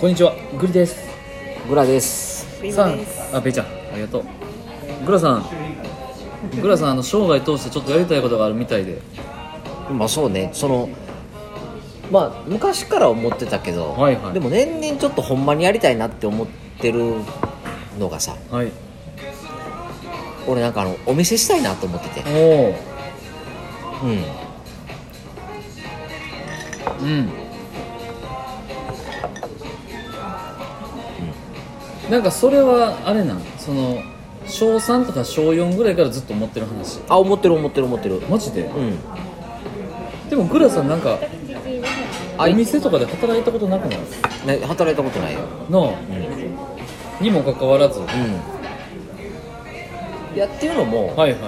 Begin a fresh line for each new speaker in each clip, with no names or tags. こんにちは、グリです。
グラです
さあ、あ、べちゃん、ありがとう。グラさん。グラさん、あの生涯通して、ちょっとやりたいことがあるみたいで。
まあそうねそのまあ昔から思ってたけど、
はいはい
でも年々ちょっとほんまにやりたいなって思ってるのがさ
はい。
俺なんかあのお見せしたいなと思ってて
おお。
う
う
ん
ん。なんか、それは、あれなん、その。小三とか小四ぐらいからずっと思ってる話。
あ思ってる思ってる思ってる
マジで。
うん
でも、グラさん、なんか。
あ
お
い
店とかで働いたことなくない。
ね働いたことないよ
の。
うん、うん、
にもかかわらず。
いやっていうのも、
はいは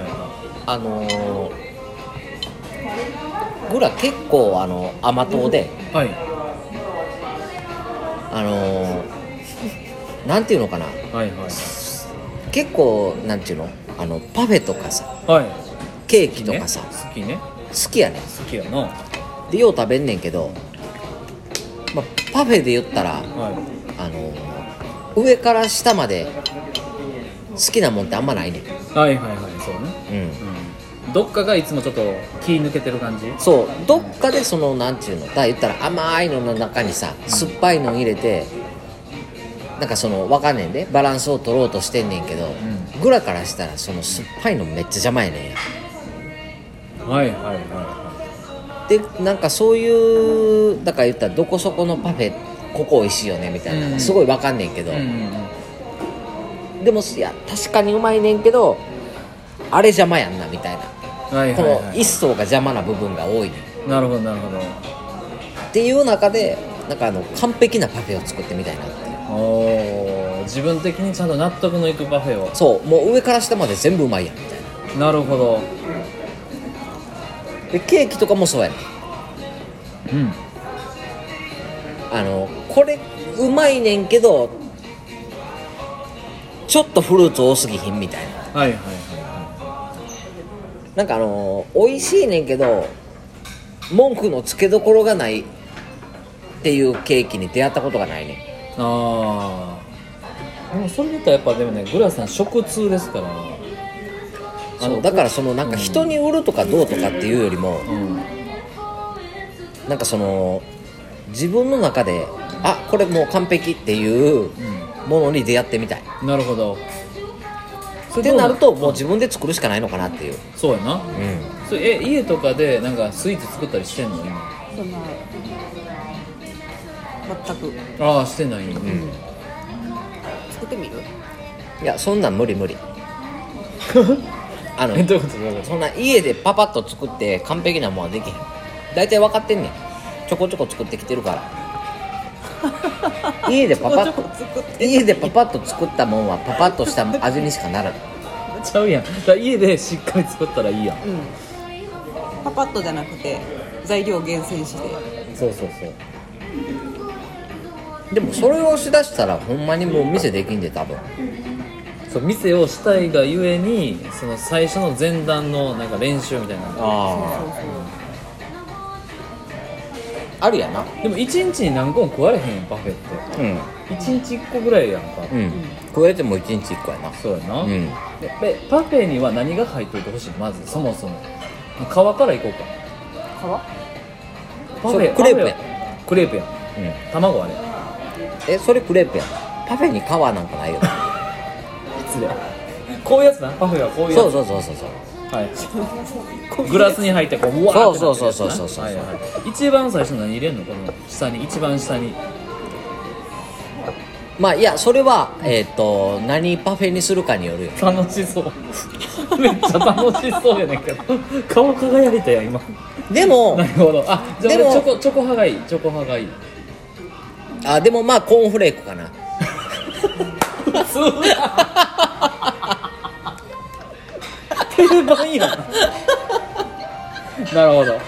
あのー、グラ結構あの甘党で、
い。はい。
あのー、なんていうのかな
はいはい。
結構なんていうのあのパフェとかさ
はい。
ケーキとかさ、
好きね。
好きやね
好きやな。
でよう食べんねんけど、まあ、パフェで言ったら
はい。
あのー上から下まで好きなもんってあんまないねん
はいはいはい、そうね。
うん
うん。どっかがいつもちょっと気抜けてる感じ。
そうどっかでそのなんていうのだから言ったら甘いのの中にさ酸っぱいの入れてなんかそのわかんねんでバランスを取ろうとしてんねんけど、
ん
グラからしたらその酸っぱいのめっちゃ邪魔やねんや
はいはいはいは
でなんかそういうだから言ったらどこそこのパフェここ美味しいよねみたいな、
うん
すごいわかんねんけど、
うんうんうん。
でもいや確かにうまいねんけどあれ邪魔やんなみたいな
はいはい
この
は
一層が邪魔な部分が多いねん
い。なるほどなるほど。
っていう中でなんかあの完璧なパフェを作ってみたいなって
おお、自分的にちゃんと納得のいくパフェを。
そうもう上から下まで全部うまいやんみたい
なるほど。
なでケーキとかもそうやねん
うん。
あのこれうまいねんけどちょっとフルーツ多すぎひんみたいな
はいはいは
なんかあのー美味しいねんけど文句のつけどころがないっていうケーキに出会ったことがないね
いはい。ああ。でもそれだったらやっぱでもね、グラさん食通ですから。
んそうだからそのなんか人に売るとかどうとかっていうよりも
うん。
なんかその自分の中であこれもう完璧っていうものに出会ってみたいっ
うん。なるほど。そ
て
どう
なるともう自分で作るしかないのかなっていう、
そうやな。
うん、
それえ家とかでなんかスイーツ作ったりしてんの今
そんな全く
ああしてない、
作ってみる
いやそんなん無理無 理あの
え どういうことどういうこ
そんな家でパパッと作って完璧なもんはできへん大体分かってんねんちょこちょこ作ってきてる から家でパパ
ちょこちょこ作っ
ッ家でパパッと作ったもんはパパッとした味にしかならない
とちゃう やんだから家でしっかり作ったらいいやん
うんパパッとじゃなくて材料厳選して
そうそうそう
でもそれをしだしたらほんまにもう店できんで多分
そう店をしたいがゆえにその最初の前段のなんか練習みたいな
あああるやな
でも一日に何個も食われへんやんパフェって
うん
一日一個ぐらいやんか、
うん食えても一日一個やな
そうやな、
うん
ででパフェには何が入っといてほしいまずそもそも皮からいこうか
皮
パフ
それ
ェ
クレープやん
パフェはクレープやん
うん
卵あれ
えそれクレープやんパフェに皮なんか ないよ
失礼こういうやつなパフェはこういうやつ
そうそうそうそうそう
はい、グラスに入ってこううわーってなってるやつな
そうそうそうそうそうそう
はいはい、一番最初何入れんのこの下に一番下に
まあいやそれはえっ、と何パフェにするかによるよ
楽しそう めっちゃ楽しそうやねんけど顔輝いたやん今
で も
なるほどあじゃあ
で
俺
も
チョコチョコ派がいいチョコ派がいい
あでもまあコーンフレークかな
定番やんなるほど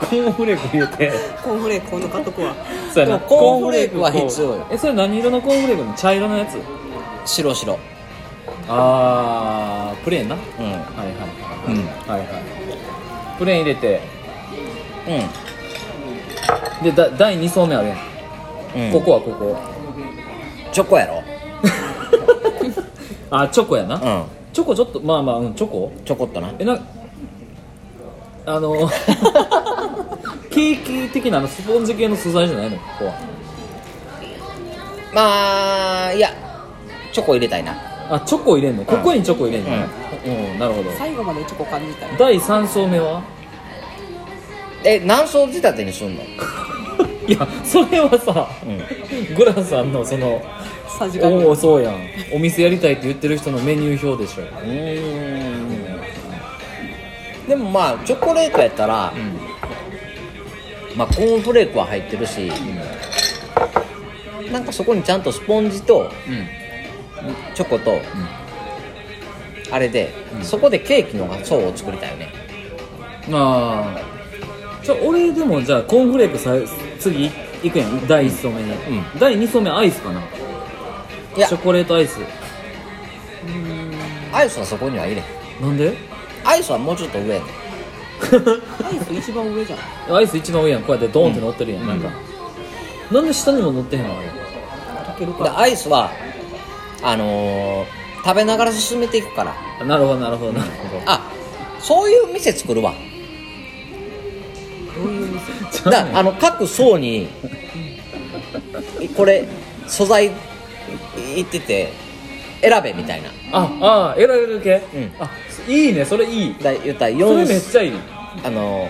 コーンフレーク入れて
コーンフレークこの買っとくわ
そうやな
でもコーンフレークは
コンフレ
必要よ
こうえそれ何色のコーンフレークの茶色のやつ
白白
あープレーンなはい
うん
はいはい
うん
はいはいプレーン入れてでだ第2層目あるやん、
うん
ここはここ
チョコやろ
あチョコやな、
うん
チョコちょっとまあまあ、うん、チョコ
ちょこっとな
えなあ のケーキ的なあのスポンジ系の素材じゃないのここは
まあいやチョコ入れたいな
あチョコ入れんのここにチョコ入れんの、うんなるほど
最後までチョコ感じたい
第3層目は
え何層仕立てにすんの
いやそれはさ、グラさんのその
さじ加減
おおそうやんお店やりたいって言ってる人のメニュー表でしょ
うーんでもまあチョコレートやったら、まあ、コーンフレークは入ってるし、なんかそこにちゃんとスポンジとチョコと、あれで、そこでケーキの層を作りたいよね
まあちょ俺でもじゃあコーンフレークさ次いくやん第1層目に、
ん
第2層目アイスかない
や
チョコレートアイス
アイスはそこには入れん
なんで
アイスはもうちょっと上やね
アイス一番上じゃん
アイス一番上やんこうやってドーンって乗ってるやん、
うん
なんかなんで下にも乗ってへんのあれ
溶ける
で
か
アイスはあのー食べながら進めていくから
あなるほどなるほどなるほど
あそういう店 作るわ
どういう店
ちゃうねん
だあの各層にこれ素材いってて選べみたいな
ああ選べる系、
うん
あいいねそれいい
だ言ったら
それ
4
めっちゃいい
あの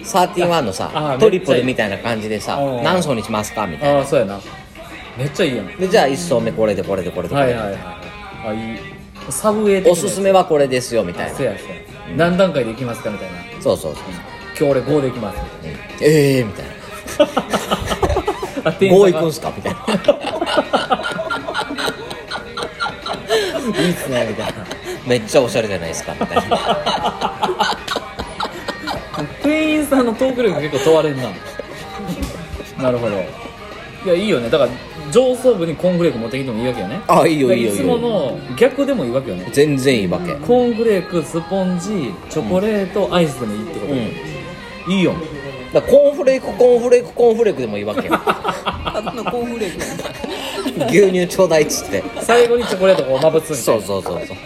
31の
あ
さ
あ
トリプルみたいな感じでさ
うん
何層にしますかみたい
ああそうやなめっちゃいいやん
なでじゃあ1層目これでこれでこれでこ
は
れ
い
で、
はいはいあいいサブウェイ的なや
お
つ
すすめはこれですよみたいな
そうやそうや、何段階でいきますかみたいな
そうそうそう、
今日俺5でき ますみ
うんええー、みたいな
たいなあ店員さ
5
ん
行
が
くんすかみたいないいっすねみたいな めっちゃおしゃれじゃないですかみたいな
店員さんのトーク力結構問われるななるほどいやいいよねだから上層部にコーンフレーク持ってきてもいいわけよね
あいいよいいよ
だ
いい
からつも
よ
の逆でもいいわけよね
全然いいわけ
コーンフレークスポンジチョコレート、アイスでもいいってこと、
うん
いいよ
だからコーンフレークコーンフレークコーンフレークでもいいわ けよ
ただのコーンフレークやん
牛乳ちょうだいっつって
最後にチョコレートをまぶすみたいな
そうそうそうそう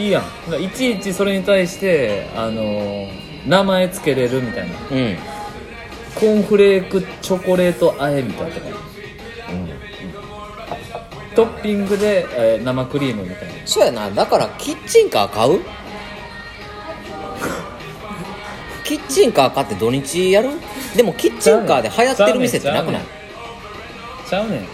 いいやんいちいちそれに対してあのー名前つけれるみたいな
うん、うん、
コーンフレークチョコレートあえみたいなとかトッピングで、えー生クリームみたいな
そうやなだからキッチンカー買うキッチンカー買って土日やるでもキッチンカーで流行ってる店ってなくない
ちゃうね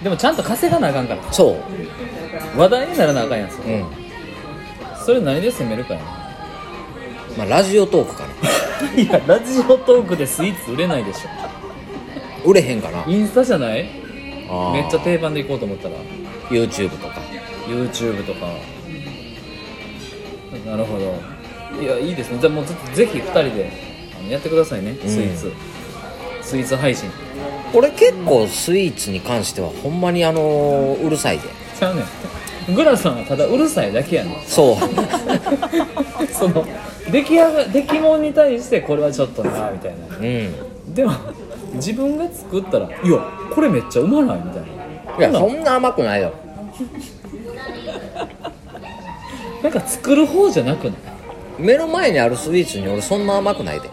んでもちゃんと稼がなあかんから
そう
話題にならなあかんやんそれ
うん
それ何で攻め るかやな
まあラジオトークかない
やラジオトークでスイーツ売れないでし
売れへんかな
ょインスタじゃないめっちゃ
手
定番でいこうと思ったら
YouTube とか
YouTube とかなるほどいやいいですねじゃあもうちょっとぜひ2人であのやってくださいねスイーツ、スイーツ配信
俺結構スイーツに関してはほんまにあのーうるさいで
ちゃうねんグラさんはただうるさいだけやねん
そう
その出来上が出来物に対してこれはちょっとなみたいな
うんい
でも自分が作ったらいやこれめっちゃうまないみたいな
や
な
そ
んか
んな甘くないよ
なんか作る方じゃなくない
目の前にあるスイーツに俺そんな甘くないで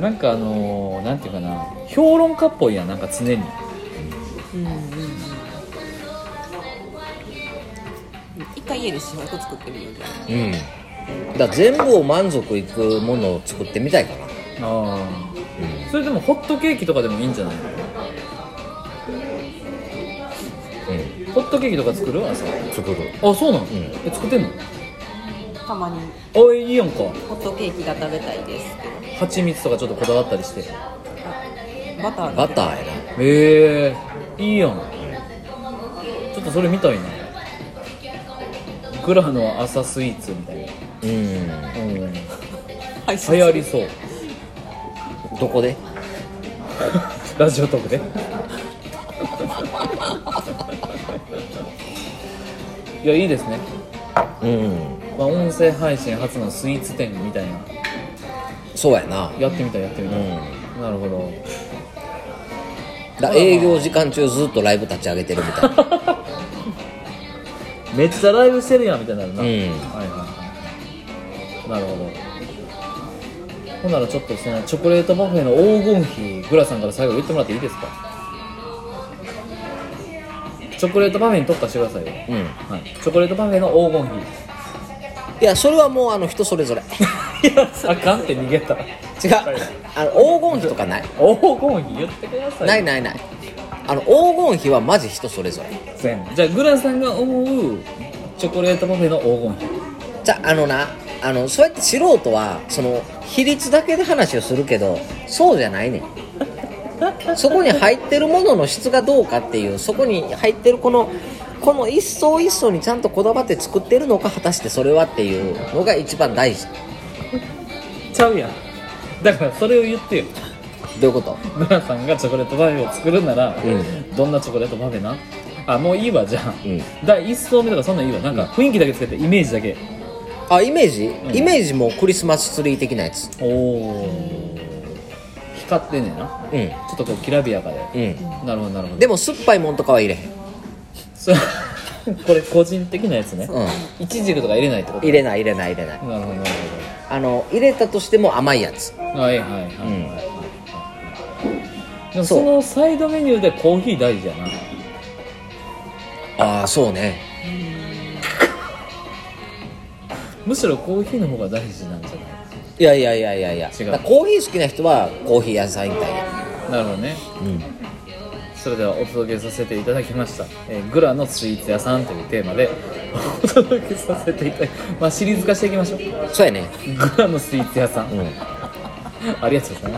なんかあのー、なんていうかな評論家っぽいやんなんか常に
一回家で試食作ってみるんだ
うんだから全部を満足いくものを作ってみたいかな
ああそれでもホットケーキとかでもいいんじゃない
うん
ホットケーキとか作るあさ
作る
あそうなの、
ん
え作ってんの
たまに
あいいやんか
ホットケーキが食べたいですけ
蜂蜜とかちょっとこだわったりして
どバター
バ
が
ターやな
へえいいやんちょっとそれ見たいなグラの朝スイーツみたいな
うん
うん流
配
行りそう
どこで
ラジオトークでいやいいですね、
うん
まあ、音声配信初のスイーツ店みたいな
そうやな
やってみたいやってみ
う
たい、
ん
なるほど
だ営業時間中ずっとライブ立ち上げてるみたい な
めっちゃライブしてるやんみたいになるな、
うん
はいはいはいなるほどほんならちょっとそのチョコレートパフェの黄金比グラさんから最後言ってもらっていいですかチョコレートパフェに特化してくださいよ、
うん
はい、チョコレートパフェの黄金
いやそれはもうあの人それぞれ
比いやあかんって逃げた
違うあの黄金比とかない
黄金比言ってください
ないないないあの黄金比はマジ人それぞれ
全部じゃあグラさんが思うチョコレートパフェの黄金比
じゃあのなあのそうやって素人はその比率だけで話をするけどそうじゃないねんそこに入ってるものの質がどうかっていうそこに入ってるこのこの一層一層にちゃんとこだわって作ってるのか果たしてそれはっていうのが一番大事
ちゃうやんだからそれを言ってよ
どういうこと
グラさんがチョコレートパフェを作るなら、
うん
どんなチョコレートパフェなあもういいわじゃあ、
うん
第一層目とかそんなんいいわなんか雰囲気だけつけてイメージだけ
あイメージ、
ん
イメージもクリスマスツリー的なやつ
おお光ってんねんな
うん
ちょっとこうきらびやかで、
う
なるほどなるほど
んでも酸っぱいもんとかは入れへん
そ これ個人的なやつね
う
い
ん
ちじくとか入れないってこと
入れない入れない入れない
なるほどなる
あの入れたとしても甘いやつ
ほどはいはいはいはいはい、でもそのサイドメニューでコーヒー大事やな
ああそうね
むしろコーヒーの方が大事なんじゃない
いやいやいやいやいや
違う
だからコーヒー好きな人はコーヒー屋さんみたいや
なるほどね
うん
それではお届けさせていただきました「えーグラのスイーツ屋さん」というテーマでお届けさせていただきまあシリーズ化していきましょう
そうやね
グラのスイーツ屋さん、
うん
ありがとうございます